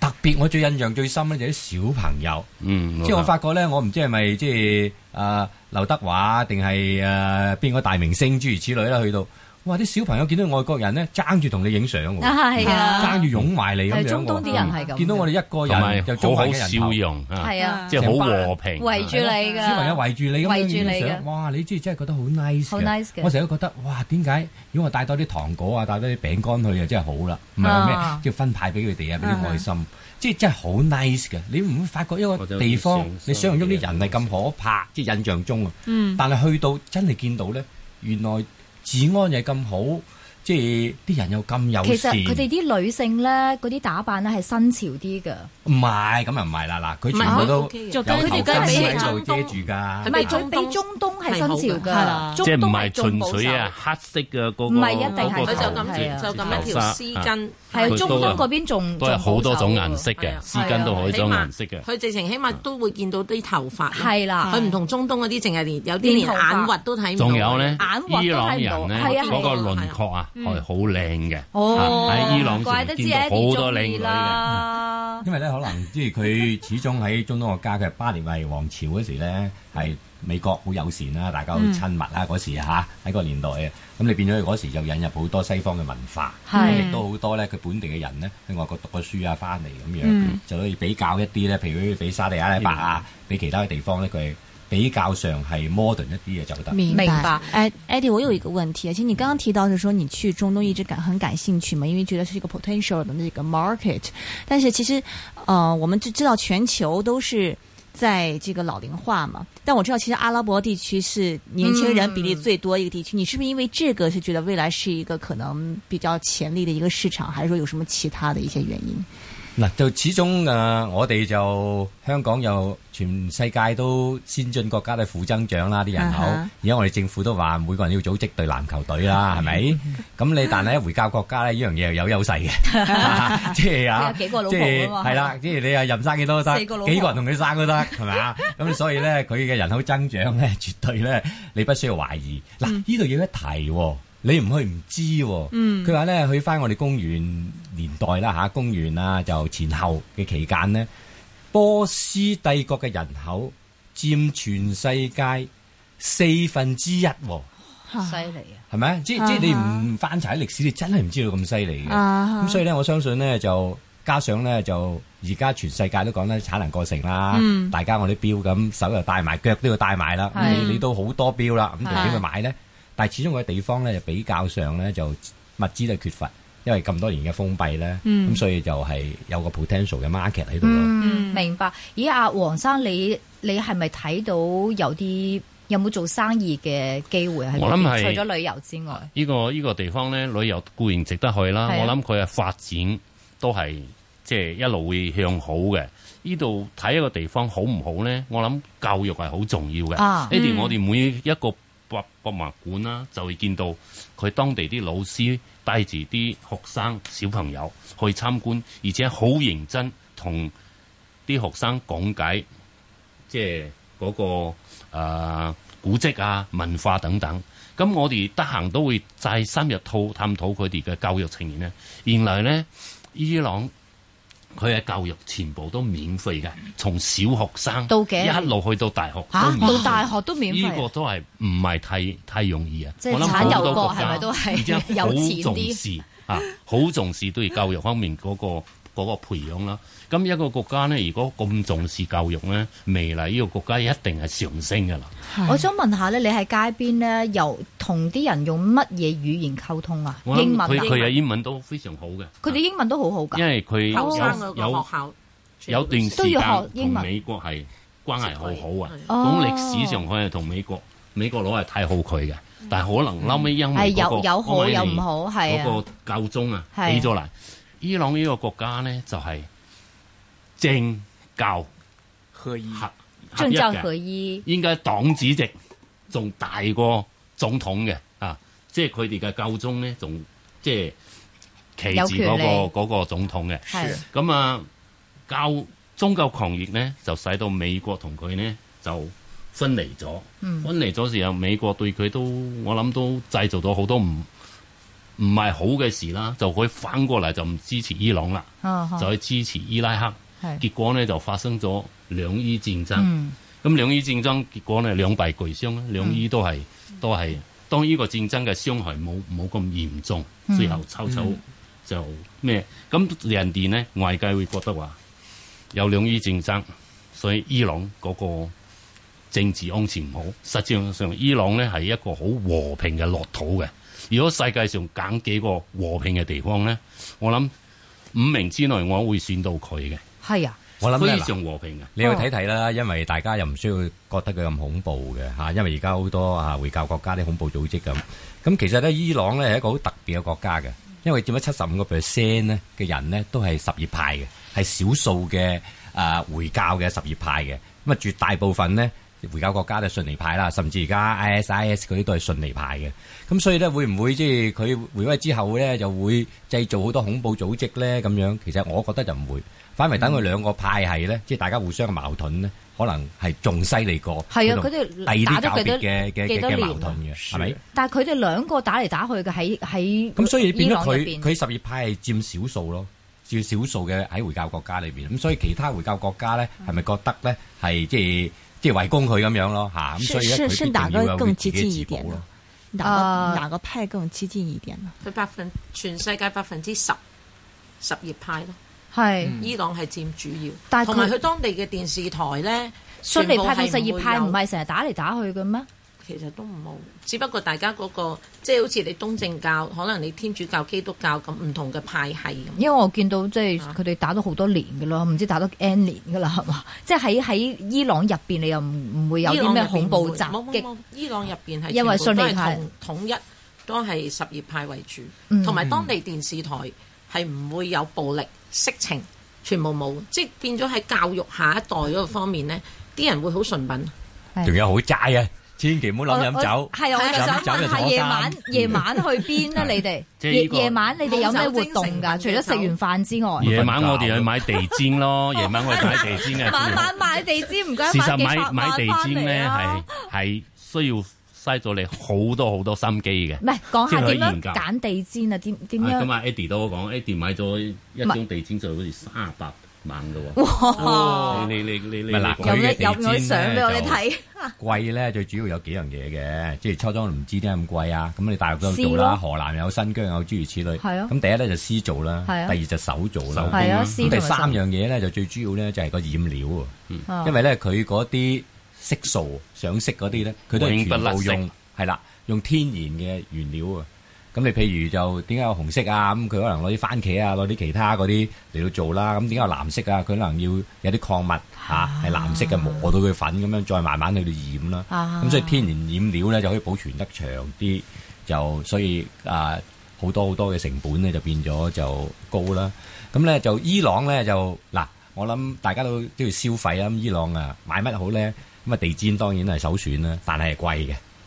Speaker 6: 特別我最印象最深咧就係啲小朋友，
Speaker 5: 嗯，
Speaker 6: 即係我發覺咧，我唔知係咪即係啊劉德華定係誒邊個大明星諸如此類啦，去到哇啲小朋友見到外國人咧爭住同你影相喎，
Speaker 3: 啊係啊，
Speaker 6: 爭住擁埋你咁樣
Speaker 3: 係
Speaker 6: 喎。
Speaker 3: 中東啲人係咁嘅
Speaker 6: 見到我哋一個
Speaker 5: 同埋
Speaker 6: 人就
Speaker 5: 好
Speaker 6: 中
Speaker 5: 好
Speaker 6: 埋嘅人
Speaker 5: 笑
Speaker 6: 頭
Speaker 5: 容啊，
Speaker 3: 係啊，
Speaker 5: 即係好和平，啊
Speaker 3: 圍住你㗎。
Speaker 6: 小朋友圍住你咁
Speaker 3: 圍
Speaker 6: 樣
Speaker 3: 住你
Speaker 6: 影
Speaker 3: 嘅
Speaker 6: 相，哇！你知真係覺得好 nice
Speaker 3: 好 nice 嘅
Speaker 6: 我成日都覺得，哇！點解如果我帶多啲糖果啊，帶多啲餅乾去啊，真係好啦，唔係話咩
Speaker 3: 啊，
Speaker 6: 即係分派俾佢哋啊，俾啲愛心，即係真係好 nice 嘅。你唔會發覺一個地方
Speaker 5: 我就好想，
Speaker 6: 你想象中啲人係咁可怕，即係印象中啊。
Speaker 4: 嗯
Speaker 6: 但係去到真係見到咧，原來治安又係咁好，即係啲人又咁友
Speaker 3: 其實
Speaker 6: 善。
Speaker 3: 佢哋啲女性咧，嗰啲打扮咧係新潮啲嘅，
Speaker 6: 唔係咁又唔係啦，嗱，佢
Speaker 4: 唔係
Speaker 6: 全部都
Speaker 4: 佢 OK 嘅
Speaker 6: 有頭
Speaker 3: 佢哋梗係
Speaker 6: 巾
Speaker 3: 比
Speaker 6: 喺
Speaker 4: 中
Speaker 6: 度
Speaker 4: 東
Speaker 6: 遮住㗎。
Speaker 3: 唔
Speaker 4: 係
Speaker 3: 係
Speaker 4: 咪
Speaker 3: 佢比中東係新潮
Speaker 4: 係
Speaker 7: 好
Speaker 3: 㗎，
Speaker 7: 嘅
Speaker 3: 中
Speaker 5: 即係唔
Speaker 3: 東
Speaker 5: 係
Speaker 3: 仲
Speaker 5: 純
Speaker 3: 保
Speaker 5: 粹啊
Speaker 3: 守。
Speaker 5: 黑色嘅嗰個，
Speaker 3: 唔係一定係
Speaker 5: 嗰個
Speaker 4: 佢就
Speaker 5: 頭
Speaker 4: 咁
Speaker 3: 係啊
Speaker 4: 就咁一條絲巾，
Speaker 3: 係
Speaker 5: 佢
Speaker 3: 啊中
Speaker 5: 都
Speaker 3: 東
Speaker 5: 有
Speaker 3: 嗰邊仲
Speaker 5: 都係好多種顏色
Speaker 4: 係
Speaker 5: 嘅，
Speaker 4: 啊
Speaker 5: 絲巾都好多
Speaker 4: 起
Speaker 5: 種
Speaker 4: 碼
Speaker 5: 顏色嘅。啊
Speaker 4: 佢直情起碼都會見到啲頭髮。
Speaker 3: 係啦
Speaker 4: 佢唔同中東嗰啲，淨係連有啲
Speaker 3: 連
Speaker 4: 連
Speaker 3: 頭髮
Speaker 4: 眼核都睇唔到。
Speaker 5: 仲有咧
Speaker 3: 眼，核都睇唔到
Speaker 5: 伊朗人咧
Speaker 3: 係啊係啊
Speaker 5: 嗰個輪廓啊，係好靚嘅。
Speaker 3: 哦
Speaker 5: 啊，喺伊朗
Speaker 3: 怪得
Speaker 5: 仲
Speaker 3: 知
Speaker 5: 見到
Speaker 3: Eddie
Speaker 5: 好多靚嗯
Speaker 3: 中意
Speaker 5: 女嘅。
Speaker 3: 啦。咯。
Speaker 6: 因為咧，可能即係佢始終喺中東國家，佢係巴列維王朝嗰時咧，係美國好友善啦，大家好親密啦，嗰、時嚇喺個年代啊，咁你變咗佢嗰時就引入好多西方嘅文化，
Speaker 3: 係
Speaker 6: 咁亦都好多咧佢本地嘅人咧喺外國讀過書啊，翻嚟咁樣、
Speaker 3: 嗯
Speaker 6: 就可以比較一啲咧，譬如比沙地阿拉伯啊，比其他嘅地方咧，佢係比較上係 modern 一啲嘅就得。
Speaker 7: 明白。
Speaker 4: 明白
Speaker 7: 哎，艾迪，我有一个问题，其实你刚刚提到是说你去中东一直感很感兴趣嘛，因为觉得是一个 potential 的那个 market。但是其实，呃，我们就知道全球都是在这个老龄化嘛。但我知道，其实阿拉伯地区是年轻人比例
Speaker 4: 嗯
Speaker 7: 最多一个地区。你是不是因为这个是觉得未来是一个可能比较潜力的一个市场，还是说有什么其他的一些原因？
Speaker 6: 嗱，就始終誒、呃我哋就香港又全世界都先進國家都係負增長啦，啲人口。
Speaker 7: 啊哈
Speaker 6: 而家我哋政府都話每個人要組織隊籃球隊 啦，係咪？咁你但係一回教國家咧，呢樣嘢又有優勢 嘅， 即係啊，
Speaker 3: 即係有幾個老
Speaker 6: 即
Speaker 3: 婆
Speaker 6: 係
Speaker 3: 啊嘛
Speaker 6: 係啦，即係你啊任生幾多都得，
Speaker 3: 四
Speaker 6: 幾
Speaker 3: 個
Speaker 6: 個
Speaker 3: 老婆
Speaker 6: 人同佢生都得，係咪 啊？咁所以咧，佢嘅人口增長咧，絕對咧，你不需要懷疑。嗱，
Speaker 3: 嗯
Speaker 6: 呢度要一提喎。你唔去唔知喎，
Speaker 3: 嗯
Speaker 6: 佢話咧去翻我哋公元年代啦嚇，公元啊就前後嘅期間咧，波斯帝國嘅人口佔全世界四分之一喎，
Speaker 3: 犀利啊！
Speaker 6: 係咪？即即你唔翻查啲歷史，你真係唔知道咁犀利
Speaker 3: 啊
Speaker 6: 嘅。
Speaker 4: 啊
Speaker 7: 啊
Speaker 6: 咁所以咧，我相信咧就加上咧就而家全世界都講咧產能過剩啦，大家我啲錶咁手又戴埋，腳都要戴埋啦。咁你你都好多錶啦，咁仲點去買咧？但係始終個地方咧就比較上咧就物資都缺乏，因為咁多年嘅封閉咧，咁、所以就係有個 potential 嘅 market 喺度咯。
Speaker 3: 嗯，明白。咦，阿黃生，你你係咪睇到有啲有冇做生意嘅機會喺嗰邊？
Speaker 5: 我諗係
Speaker 3: 除咗旅遊之外，
Speaker 5: 呢、個呢、個地方咧，旅遊固然值得去啦。
Speaker 3: 係啊
Speaker 5: 我諗佢嘅發展都係即係一路會向好嘅。呢度睇一個地方好唔好咧，我諗教育係好重要嘅。
Speaker 3: 啊
Speaker 5: 呢啲我哋每一個博博物館啦，就會見到佢當地啲老師帶住啲學生小朋友去參觀，而且好認真同啲學生講解，即係嗰、個、呃、古蹟啊、文化等等。咁我哋得閒都會再深入套探討佢哋嘅教育情形咧。原來咧，伊朗佢嘅教育全部都免費嘅，從小學生
Speaker 3: 到幾
Speaker 5: 一路去到大學
Speaker 3: 嚇、
Speaker 5: 啊都免費
Speaker 3: 到大學都免
Speaker 5: 呢
Speaker 3: 費
Speaker 5: 個
Speaker 3: 啊，
Speaker 5: 都係唔係太太容易啊！
Speaker 3: 即係
Speaker 5: 我諗
Speaker 3: 產油
Speaker 5: 好多
Speaker 3: 國
Speaker 5: 國家
Speaker 3: 係咪都係
Speaker 5: 而家
Speaker 3: 有
Speaker 5: 好
Speaker 3: 錢啲
Speaker 5: 重視啊，好重視對教育方面嗰、個
Speaker 3: 嗯
Speaker 5: 嗰、個培養啦。咁一個國家呢，如果咁重視教育呢，未來呢個國家一定係上升㗎啦。
Speaker 3: 我想問下咧，你喺街邊咧，又同啲人用乜嘢語言溝通啊？
Speaker 5: 我諗
Speaker 3: 英文啊
Speaker 5: 佢佢嘅英文都非常好嘅，啊
Speaker 3: 佢哋英文都好好
Speaker 5: 因
Speaker 3: 㗎。
Speaker 5: 為佢
Speaker 4: 後生嗰
Speaker 5: 有
Speaker 4: 個學
Speaker 5: 有
Speaker 4: 校
Speaker 5: 有段時
Speaker 3: 都
Speaker 5: 間
Speaker 3: 要學英
Speaker 5: 同
Speaker 3: 文
Speaker 5: 美國係關係好好啊。
Speaker 3: 哦
Speaker 5: 咁歷史上佢係同美國美國佬係睇好佢嘅，但係可能後尾因
Speaker 3: 嗯係
Speaker 5: 為嗰個
Speaker 3: 有有好有唔好，係啊。
Speaker 5: 嗰個教宗啊
Speaker 3: 係啊
Speaker 5: 起咗嚟。伊朗呢個國家咧就係政教
Speaker 1: 合一
Speaker 5: 合合
Speaker 3: 政
Speaker 5: 一
Speaker 3: 教
Speaker 5: 嘅
Speaker 3: 合，一，
Speaker 5: 應該黨主席仲大過總統嘅啊！即係佢哋嘅教宗咧，仲即係旗
Speaker 3: 有
Speaker 5: 幟
Speaker 3: 權
Speaker 5: 嗰
Speaker 3: 利
Speaker 5: 個嗰個總統嘅。
Speaker 3: 係
Speaker 5: 咁啊，教宗教狂熱咧，就使到美國同佢咧就分離咗。
Speaker 3: 嗯
Speaker 5: 分離咗時候，美國對佢都我諗都製造咗好多唔唔係好嘅事啦。就佢反過嚟就唔支持伊朗啦，
Speaker 3: 啊哈
Speaker 5: 就去支持伊拉克。
Speaker 3: 係
Speaker 5: 結果呢，就發生咗兩伊戰爭。
Speaker 3: 嗯
Speaker 5: 咁兩伊戰爭結果呢，兩敗俱傷啦，兩伊都係、都係當呢個戰爭嘅傷害冇冇咁嚴重，最後抽抽
Speaker 6: 嗯
Speaker 5: 就咩？咁人哋呢，外界會覺得話有兩伊戰爭，所以伊朗嗰個政治安全唔好。實際上，伊朗呢係一個好和平嘅樂土嘅。如果世界上揀幾個和平嘅地方呢，我諗五名之內我會選到佢嘅，
Speaker 3: 係啊，
Speaker 6: 我諗咧
Speaker 5: 非
Speaker 6: 嗱
Speaker 5: 常和平嘅。
Speaker 6: 你去睇睇啦，因為大家又唔需要覺得佢咁恐怖嘅嚇，因為而家好多啊回教國家啲恐怖組織咁。咁其實咧，伊朗咧係一個好特別嘅國家嘅，因為佔咗七十五個 percent 咧嘅人咧都係什葉派嘅，係少數嘅啊回教嘅什葉派嘅。咁啊，絕大部分咧回教國家都係遜尼派啦，甚至而家 ISIS 嗰啲都係遜尼派嘅。咁所以咧，會唔會即係佢回歸之後咧，就會製造好多恐怖組織咧？咁樣其實我覺得就唔會，反為
Speaker 3: 嗯
Speaker 6: 等佢兩個派系咧，即係大家互相嘅矛盾咧，可能係仲犀利過
Speaker 3: 係啊，
Speaker 6: 同
Speaker 3: 佢
Speaker 6: 第
Speaker 3: 哋打
Speaker 6: 二啲
Speaker 3: 咗
Speaker 6: 教
Speaker 3: 幾多
Speaker 6: 別嘅嘅
Speaker 3: 幾
Speaker 6: 嘅
Speaker 3: 多
Speaker 6: 嘅矛
Speaker 3: 年
Speaker 6: 盾
Speaker 3: 啊？
Speaker 6: 嘅，係咪？
Speaker 3: 但係佢哋兩個打嚟打去嘅喺喺
Speaker 6: 咁所以
Speaker 3: 伊
Speaker 6: 變咗
Speaker 3: 朗入
Speaker 6: 佢
Speaker 3: 邊，
Speaker 6: 佢十二派係佔少數咯，最少數嘅喺回教國家裏邊。咁所以其他回教國家咧，係咪覺得咧係即係即係圍攻佢咁樣咯嚇？咁
Speaker 7: 是
Speaker 6: 所以咧
Speaker 7: 是
Speaker 6: 佢
Speaker 7: 是
Speaker 6: 必
Speaker 7: 哪
Speaker 6: 定
Speaker 7: 個
Speaker 6: 要有
Speaker 7: 更
Speaker 6: 佢自己
Speaker 7: 激進
Speaker 6: 自
Speaker 7: 一
Speaker 6: 保
Speaker 7: 點
Speaker 6: 咯
Speaker 7: 呢？哪个
Speaker 4: 啊
Speaker 3: 呃
Speaker 7: 哪个派更激进一点呢？
Speaker 4: 佢百分全世界百分之十什葉派咯，
Speaker 3: 係。
Speaker 5: 嗯
Speaker 4: 伊朗係佔主
Speaker 3: 但
Speaker 4: 要，
Speaker 3: 係
Speaker 4: 同埋
Speaker 3: 佢
Speaker 4: 佢當地嘅電視台咧，
Speaker 3: 信利派同
Speaker 4: 全
Speaker 3: 實
Speaker 4: 部係
Speaker 3: 業派唔
Speaker 4: 會有
Speaker 3: 係成日打嚟打去嘅咩？
Speaker 4: 其實都唔好，只不過大家嗰、個即係好似你東正教，可能你天主教、基督教咁唔同嘅派系咁。
Speaker 3: 因為我見到即係佢哋打咗好多年嘅咯，唔知打咗 N 年嘅啦，係嘛？ 即係喺喺伊朗入邊，你又唔唔會有
Speaker 4: 伊
Speaker 3: 啲
Speaker 4: 朗入
Speaker 3: 咩
Speaker 4: 邊
Speaker 3: 恐怖
Speaker 4: 冇
Speaker 3: 襲
Speaker 4: 冇冇
Speaker 3: 擊？
Speaker 4: 冇伊朗入邊係
Speaker 3: 因為
Speaker 4: 全部
Speaker 3: 遜
Speaker 4: 都係
Speaker 3: 尼派
Speaker 4: 統統一都係什葉派為主
Speaker 3: 嗯，
Speaker 4: 同埋、當地電視台係唔會有暴力色情，全部冇，即係變咗喺教育下一代嗰個方面呢，啲人會好純品。
Speaker 6: 仲有好齋啊！千祈唔好
Speaker 3: 我
Speaker 6: 諗飲酒
Speaker 3: 哎我。係啊，我就
Speaker 6: 飲
Speaker 3: 想
Speaker 6: 酒
Speaker 3: 問
Speaker 6: 就
Speaker 3: 下
Speaker 6: 坐
Speaker 3: 夜晚
Speaker 6: 監
Speaker 3: 夜晚去邊咧？你哋
Speaker 5: 嗯即係
Speaker 3: 夜
Speaker 5: 呢個
Speaker 3: 夜晚你哋有咩活動㗎？除咗食完飯之外，
Speaker 5: 夜晚我哋去買地氈咯，夜晚我哋買地氈嘅。
Speaker 3: 晚晚買地氈唔該，
Speaker 5: 嗯事
Speaker 3: 買
Speaker 5: 實
Speaker 3: 幾百
Speaker 5: 買
Speaker 3: 萬
Speaker 5: 買
Speaker 3: 翻
Speaker 5: 地氈
Speaker 3: 嚟
Speaker 5: 咧
Speaker 3: 啊
Speaker 5: 係！係需要嘥咗你好多好多心機嘅
Speaker 3: 唔。係講下
Speaker 5: 即係可以
Speaker 3: 點樣
Speaker 5: 研究
Speaker 3: 揀地氈啊？點點
Speaker 5: 啊
Speaker 3: 樣
Speaker 5: 咁？啊，Eddie 都講，Eddie 買咗一
Speaker 3: 唔
Speaker 5: 張
Speaker 3: 係
Speaker 5: 地氈就好似三十八萬嘅喎。你你你你你
Speaker 6: 咪嗱
Speaker 5: 你
Speaker 3: 有
Speaker 5: 講
Speaker 6: 佢
Speaker 3: 咩
Speaker 6: 嘅地
Speaker 3: 有
Speaker 6: 氈
Speaker 3: 冇啲相俾我哋
Speaker 6: 咧就
Speaker 3: 睇？
Speaker 6: 貴咧，最主要有幾樣嘢嘅，即係初初唔知點解咁貴啊！咁你大陸都有做
Speaker 3: 絲咯
Speaker 6: 啦，河南有、新疆有諸如此類。
Speaker 3: 係啊
Speaker 6: 咁第一咧就絲做啦，
Speaker 3: 係啊
Speaker 6: 第二就手做
Speaker 5: 手
Speaker 6: 啦
Speaker 5: 工。
Speaker 3: 係啊，
Speaker 5: 咁
Speaker 6: 咁
Speaker 3: 絲同
Speaker 6: 第
Speaker 3: 埋
Speaker 6: 三
Speaker 3: 手
Speaker 6: 樣嘢咧就最主要咧就係個染料喎，
Speaker 3: 啊
Speaker 6: 因為咧佢嗰啲色素上色嗰啲咧，佢都係
Speaker 5: 永不
Speaker 6: 全
Speaker 5: 甩
Speaker 6: 部
Speaker 5: 色
Speaker 6: 用係啦，用天然嘅原料啊。咁你譬如就點解有紅色啊？咁佢可能攞啲番茄啊，攞啲其他嗰啲嚟到做啦。咁點解有藍色啊？佢可能要有啲礦物嚇係藍色嘅磨到佢粉咁樣，再慢慢去到染啦。
Speaker 3: 啊
Speaker 6: 咁、所以天然染料咧就可以保存得長啲，就所以啊好多好多嘅成本咧就變咗就高啦。咁咧就伊朗咧就嗱，我諗大家都都要消費啦。咁伊朗啊買乜好咧？咁啊地氈當然係首選啦，但係係貴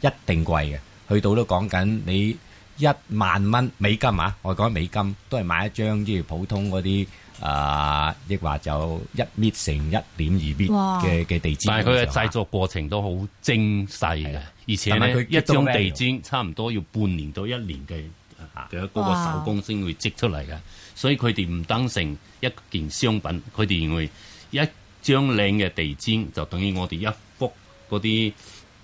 Speaker 6: 嘅，一定貴嘅。去到都講緊你一萬蚊美金啊，我講美金都係買一張即係普通嗰啲。啊，抑或就一搣成一點二
Speaker 7: 哇
Speaker 6: 搣嘅嘅地氈咁上下，
Speaker 5: 但係佢嘅
Speaker 3: 啊
Speaker 5: 製作過程都好精細嘅，而且
Speaker 6: 同埋
Speaker 5: 咧
Speaker 6: 佢
Speaker 5: 一
Speaker 6: keep
Speaker 5: 張
Speaker 6: 到
Speaker 5: 地
Speaker 6: value
Speaker 5: 氈差唔多要半年到一年嘅
Speaker 6: 啊
Speaker 5: 嘅嗰個手工先會織出嚟嘅，所以佢哋唔當成一件商品，佢哋認為一張靚嘅地氈就等於我哋一幅嗰啲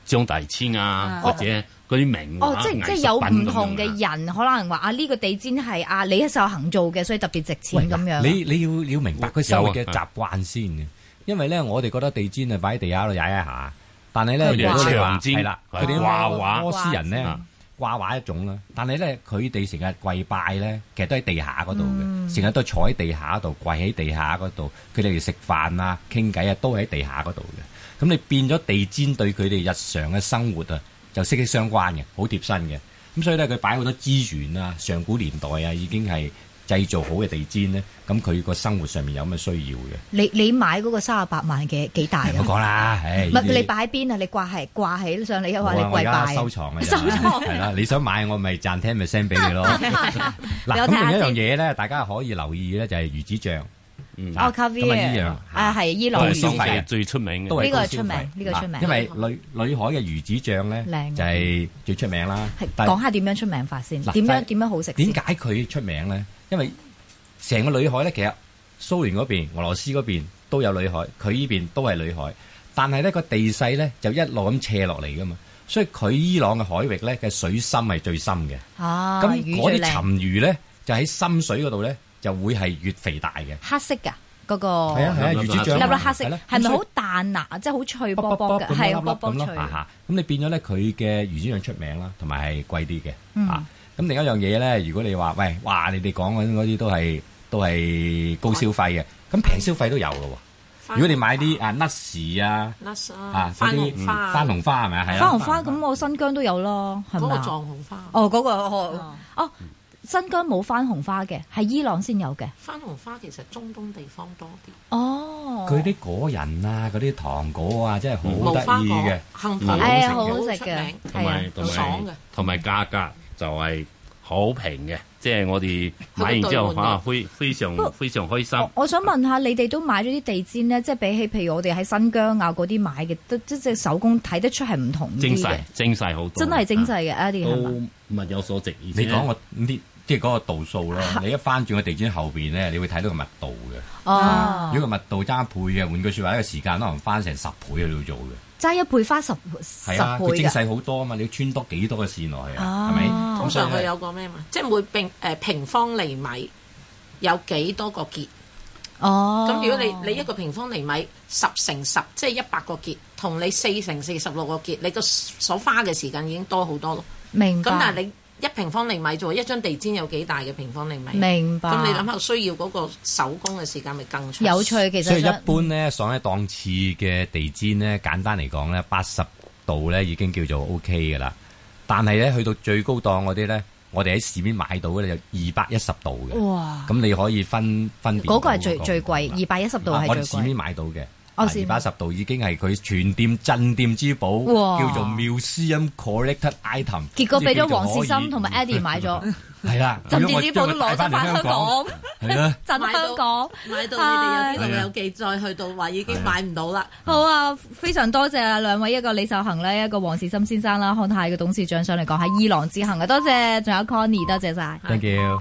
Speaker 5: 張大千啊，或者嗰啲名畫
Speaker 3: 哦，即係即係有
Speaker 5: 藝術品
Speaker 3: 唔
Speaker 5: 咁
Speaker 3: 同嘅
Speaker 5: 樣啊
Speaker 3: 人，可能話啊呢個地氈係啊李一手行做嘅，所以特別值
Speaker 6: 喂
Speaker 3: 錢咁樣。啊
Speaker 6: 你你要你要明白佢生活嘅
Speaker 5: 有啊
Speaker 6: 習慣先嘅，因為咧我哋覺得地氈啊擺喺地下度踩一下，但係咧
Speaker 5: 佢哋
Speaker 6: 如果
Speaker 5: 係
Speaker 6: 你話
Speaker 5: 長氈
Speaker 6: 係啦，
Speaker 5: 係
Speaker 6: 佢哋
Speaker 5: 掛畫
Speaker 6: 波斯人咧
Speaker 5: 啊
Speaker 6: 掛畫一種啦，但係咧佢哋成日跪拜咧，其實都喺地下嗰度
Speaker 3: 嗯
Speaker 6: 嘅，成日都坐喺地下度，跪喺地下嗰度，佢哋食飯啊、傾偈啊都喺地下嗰度嘅。咁你變咗地氈對佢哋日常嘅生活啊，就息息相關嘅，好貼身嘅。咁所以咧，佢擺好多資源啊，上古年代啊，已經係製造好嘅地氈咧，咁佢個生活上面有咩需要嘅？
Speaker 3: 你你買嗰個三十八萬嘅幾大
Speaker 6: 唔好
Speaker 3: 啊？
Speaker 6: 講啦，唉，
Speaker 3: 唔
Speaker 6: 呢
Speaker 3: 係
Speaker 6: 啲
Speaker 3: 你擺喺邊啊？你掛係掛起上嚟，又話你
Speaker 6: 冇啊我而
Speaker 3: 跪拜
Speaker 6: 家
Speaker 3: 啊？
Speaker 6: 收藏嘅
Speaker 3: 收藏
Speaker 6: 係啦，你想買我咪賺聽咪 send 俾 你咯。
Speaker 3: 俾我
Speaker 6: 嗱，咁
Speaker 3: 睇下
Speaker 6: 另一樣
Speaker 3: 先
Speaker 6: 嘢咧，大家可以留意咧，就係魚子醬。
Speaker 5: 嗯
Speaker 6: 啊
Speaker 3: 哦 c a v
Speaker 6: 咁啊呢樣
Speaker 3: i 啊係伊朗
Speaker 5: 都係
Speaker 6: 消
Speaker 5: 世
Speaker 6: 費
Speaker 5: 界
Speaker 6: 嘅
Speaker 3: 魚
Speaker 5: 最出名
Speaker 6: 都
Speaker 5: 嘅。
Speaker 6: 係
Speaker 3: 呢個
Speaker 6: 高
Speaker 3: 出
Speaker 6: 消
Speaker 3: 名
Speaker 6: 費
Speaker 3: 呢個出名
Speaker 6: 啊因為裏裏海嘅魚子醬咧
Speaker 3: 靚，
Speaker 6: 就係最出名啦。
Speaker 3: 係
Speaker 6: 但係
Speaker 3: 講下點樣出名法先？
Speaker 6: 嗱
Speaker 3: 點
Speaker 6: 但
Speaker 3: 樣
Speaker 6: 係
Speaker 3: 點樣好食
Speaker 6: 點
Speaker 3: 先？
Speaker 6: 解佢出名咧？因為成個裏海咧，其實蘇聯嗰邊、俄羅斯嗰邊都有裏海，佢呢邊都係裏海，但係呢個地勢咧就一路咁斜落嚟噶嘛，所以佢伊朗嘅海域咧嘅水深係最深嘅。
Speaker 3: 啊，
Speaker 6: 咁
Speaker 3: 魚
Speaker 6: 嗰
Speaker 3: 最
Speaker 6: 啲
Speaker 3: 靚
Speaker 6: 沉，魚咧就喺深水嗰度咧就會係越肥大嘅。
Speaker 3: 黑色㗎嗰個
Speaker 6: 係啊係啊，
Speaker 5: 粒
Speaker 6: 魚
Speaker 5: 粒
Speaker 6: 子醬
Speaker 3: 粒
Speaker 5: 粒
Speaker 3: 粒黑色，
Speaker 6: 啦
Speaker 3: 係
Speaker 6: 咁
Speaker 3: 咪
Speaker 6: 所以
Speaker 3: 好彈牙？即係好脆
Speaker 6: 卜
Speaker 3: 波
Speaker 6: 卜
Speaker 3: 波
Speaker 6: 卜
Speaker 3: 嘅，
Speaker 6: 咁
Speaker 3: 係
Speaker 6: 樣
Speaker 3: 啊波波
Speaker 6: 粒粒咁
Speaker 3: 脆
Speaker 6: 咯，。啊哈咁你變咗咧，佢嘅魚子醬出名啦，同埋係貴啲
Speaker 3: 嗯
Speaker 6: 嘅。啊，咁另一樣嘢咧，如果你話喂，哇，你哋講緊嗰啲都係都係高消費嘅，咁平消費都有嘅喎。如果你買啲啊 nuts 啊
Speaker 4: nuts 啊
Speaker 6: 啊，
Speaker 4: 番
Speaker 6: 嗰
Speaker 4: 紅
Speaker 6: 啲
Speaker 4: 花啊
Speaker 6: 番紅花係咪啊？係啊
Speaker 3: 花紅花咁，我新疆都有咯，係
Speaker 4: 嗰
Speaker 3: 咪
Speaker 4: 個
Speaker 3: 啊
Speaker 4: 藏嗯紅花，
Speaker 3: 哦，嗰個哦，哦，新疆冇番紅花嘅，係伊朗先有嘅。
Speaker 4: 番紅花其實中東地方多啲。
Speaker 3: 哦，
Speaker 6: 佢啲果仁啊，嗰啲糖果啊，真係好
Speaker 4: 無
Speaker 6: 得
Speaker 4: 花果
Speaker 6: 意嘅。、嗯
Speaker 4: 杏
Speaker 5: 好
Speaker 4: 皮，
Speaker 5: 好
Speaker 3: 哎呀，
Speaker 5: 食嘅
Speaker 3: 好好食
Speaker 4: 出
Speaker 3: 嘅
Speaker 4: 名，
Speaker 3: 係
Speaker 5: 同
Speaker 3: 啊
Speaker 5: 埋，同
Speaker 4: 爽嘅
Speaker 5: 埋同埋價格就係好平嘅，即係我哋買完之後
Speaker 4: 佢個兌換率
Speaker 5: 啊，非非
Speaker 3: 不
Speaker 5: 常非常開心。
Speaker 3: 我我想問下，你哋都買咗啲地氈咧，即係比起譬如我哋喺新疆啊嗰啲買嘅，都即係手工睇得出係唔同
Speaker 5: 精
Speaker 3: 啲
Speaker 5: 細
Speaker 3: 嘅，
Speaker 5: 精細好多，啊
Speaker 3: 真係精細嘅 Eddie 係嘛？
Speaker 5: 都物有所值。而
Speaker 6: 你
Speaker 5: 且
Speaker 6: 講我呢即係嗰個度數咯。你一翻轉個地氈後邊咧，你會睇到個密度嘅。
Speaker 3: 哦
Speaker 6: 如，果個密度爭一倍嘅，換句説話，一個時間可能翻成十倍去到做嘅。
Speaker 3: 爭一倍花十十倍
Speaker 6: 係啊，佢精
Speaker 3: 㗎，
Speaker 6: 細好多啊嘛，你要穿多幾多嘅線落去啊，
Speaker 7: 啊
Speaker 6: 係咪？
Speaker 4: 通
Speaker 6: 咁所以
Speaker 4: 常佢
Speaker 6: 咧
Speaker 3: 啊
Speaker 4: 有個咩嘛？即係每平誒、呃平方厘米有幾多個結？
Speaker 7: 哦
Speaker 4: 咁、如果你你一個平方厘米十乘十，即係一百個結，同你四乘四十六個結，你個所花嘅時間已經多好多咯。
Speaker 3: 明
Speaker 4: 咁
Speaker 3: 白。
Speaker 4: 但係你一平方厘米做一張地氈有幾大嘅平方厘米？啊
Speaker 3: 明白
Speaker 4: 咁你諗下需要嗰個手工嘅時間咪更長？
Speaker 3: 有趣，其實
Speaker 6: 所以一
Speaker 3: 想
Speaker 6: 般咧，上一檔次嘅地氈咧，簡單嚟講咧，八十度咧已經叫做 O K 嘅啦。但係咧，去到最高檔嗰啲咧，我哋喺市面買到嘅咧有二百一十度嘅。
Speaker 7: 哇，
Speaker 6: 咁你可以分分別
Speaker 3: 嗰個
Speaker 6: 到
Speaker 3: 係最最貴，二百一十度
Speaker 6: 啊
Speaker 3: 係
Speaker 6: 我
Speaker 3: 最
Speaker 6: 哋市面
Speaker 3: 貴。
Speaker 6: 買到嘅。
Speaker 3: 哦
Speaker 6: 二
Speaker 3: 市面
Speaker 6: 百一十度已經係佢全店鎮店之寶，
Speaker 3: 哇
Speaker 6: 叫做 museum collected item。
Speaker 3: 結果俾咗黃
Speaker 6: 思
Speaker 3: 思森同埋 Eddie 買 咗，
Speaker 6: 係啦，
Speaker 3: 甚
Speaker 6: 如
Speaker 3: 至
Speaker 6: 果我
Speaker 3: 啲寶都
Speaker 6: 將佢
Speaker 3: 攞咗
Speaker 6: 帶
Speaker 3: 翻
Speaker 6: 嚟
Speaker 3: 香港，
Speaker 6: 係啦。
Speaker 3: 震香港。
Speaker 4: 買到你哋有啲老友記，再去到話已經買唔到啦。
Speaker 3: 好啊，非常多謝啊兩位，一個李秀恒咧，一個黃士森先生啦，康泰嘅董事長上嚟講下伊朗之行啊，多謝，仲有 Connie，多謝晒。
Speaker 6: Thank you。